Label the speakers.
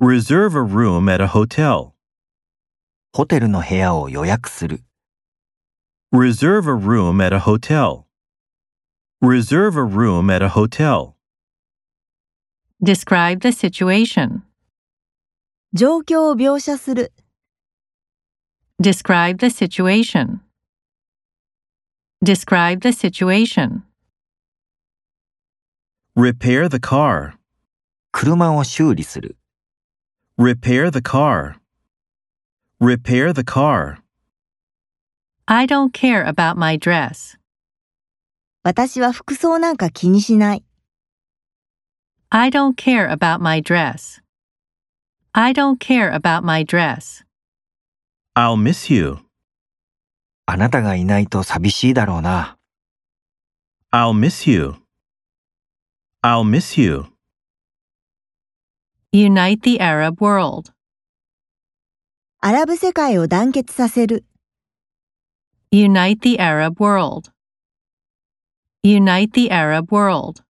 Speaker 1: Reserve a room at a hotel.
Speaker 2: ホテルの部屋を予約する。
Speaker 1: Reserve a room at a hotel. Reserve a room at a hotel.
Speaker 3: Describe the situation.
Speaker 4: 状況を描写する。
Speaker 3: Describe the situation. Describe the situation.
Speaker 1: Repair the car.
Speaker 2: 車を修理する。
Speaker 1: Repair the car. Repair the car.
Speaker 3: I don't care about my dress.
Speaker 4: 私は服装なんか気にしない。
Speaker 3: I don't care about my dress. I don't care about my dress.
Speaker 1: I'll miss you.
Speaker 2: あなたがいないと寂しいだろうな。
Speaker 1: I'll miss you. I'll miss you.
Speaker 3: Unite the Arab world.
Speaker 4: アラブ世界を団結させる。
Speaker 3: Unite the Arab world. Unite the Arab world.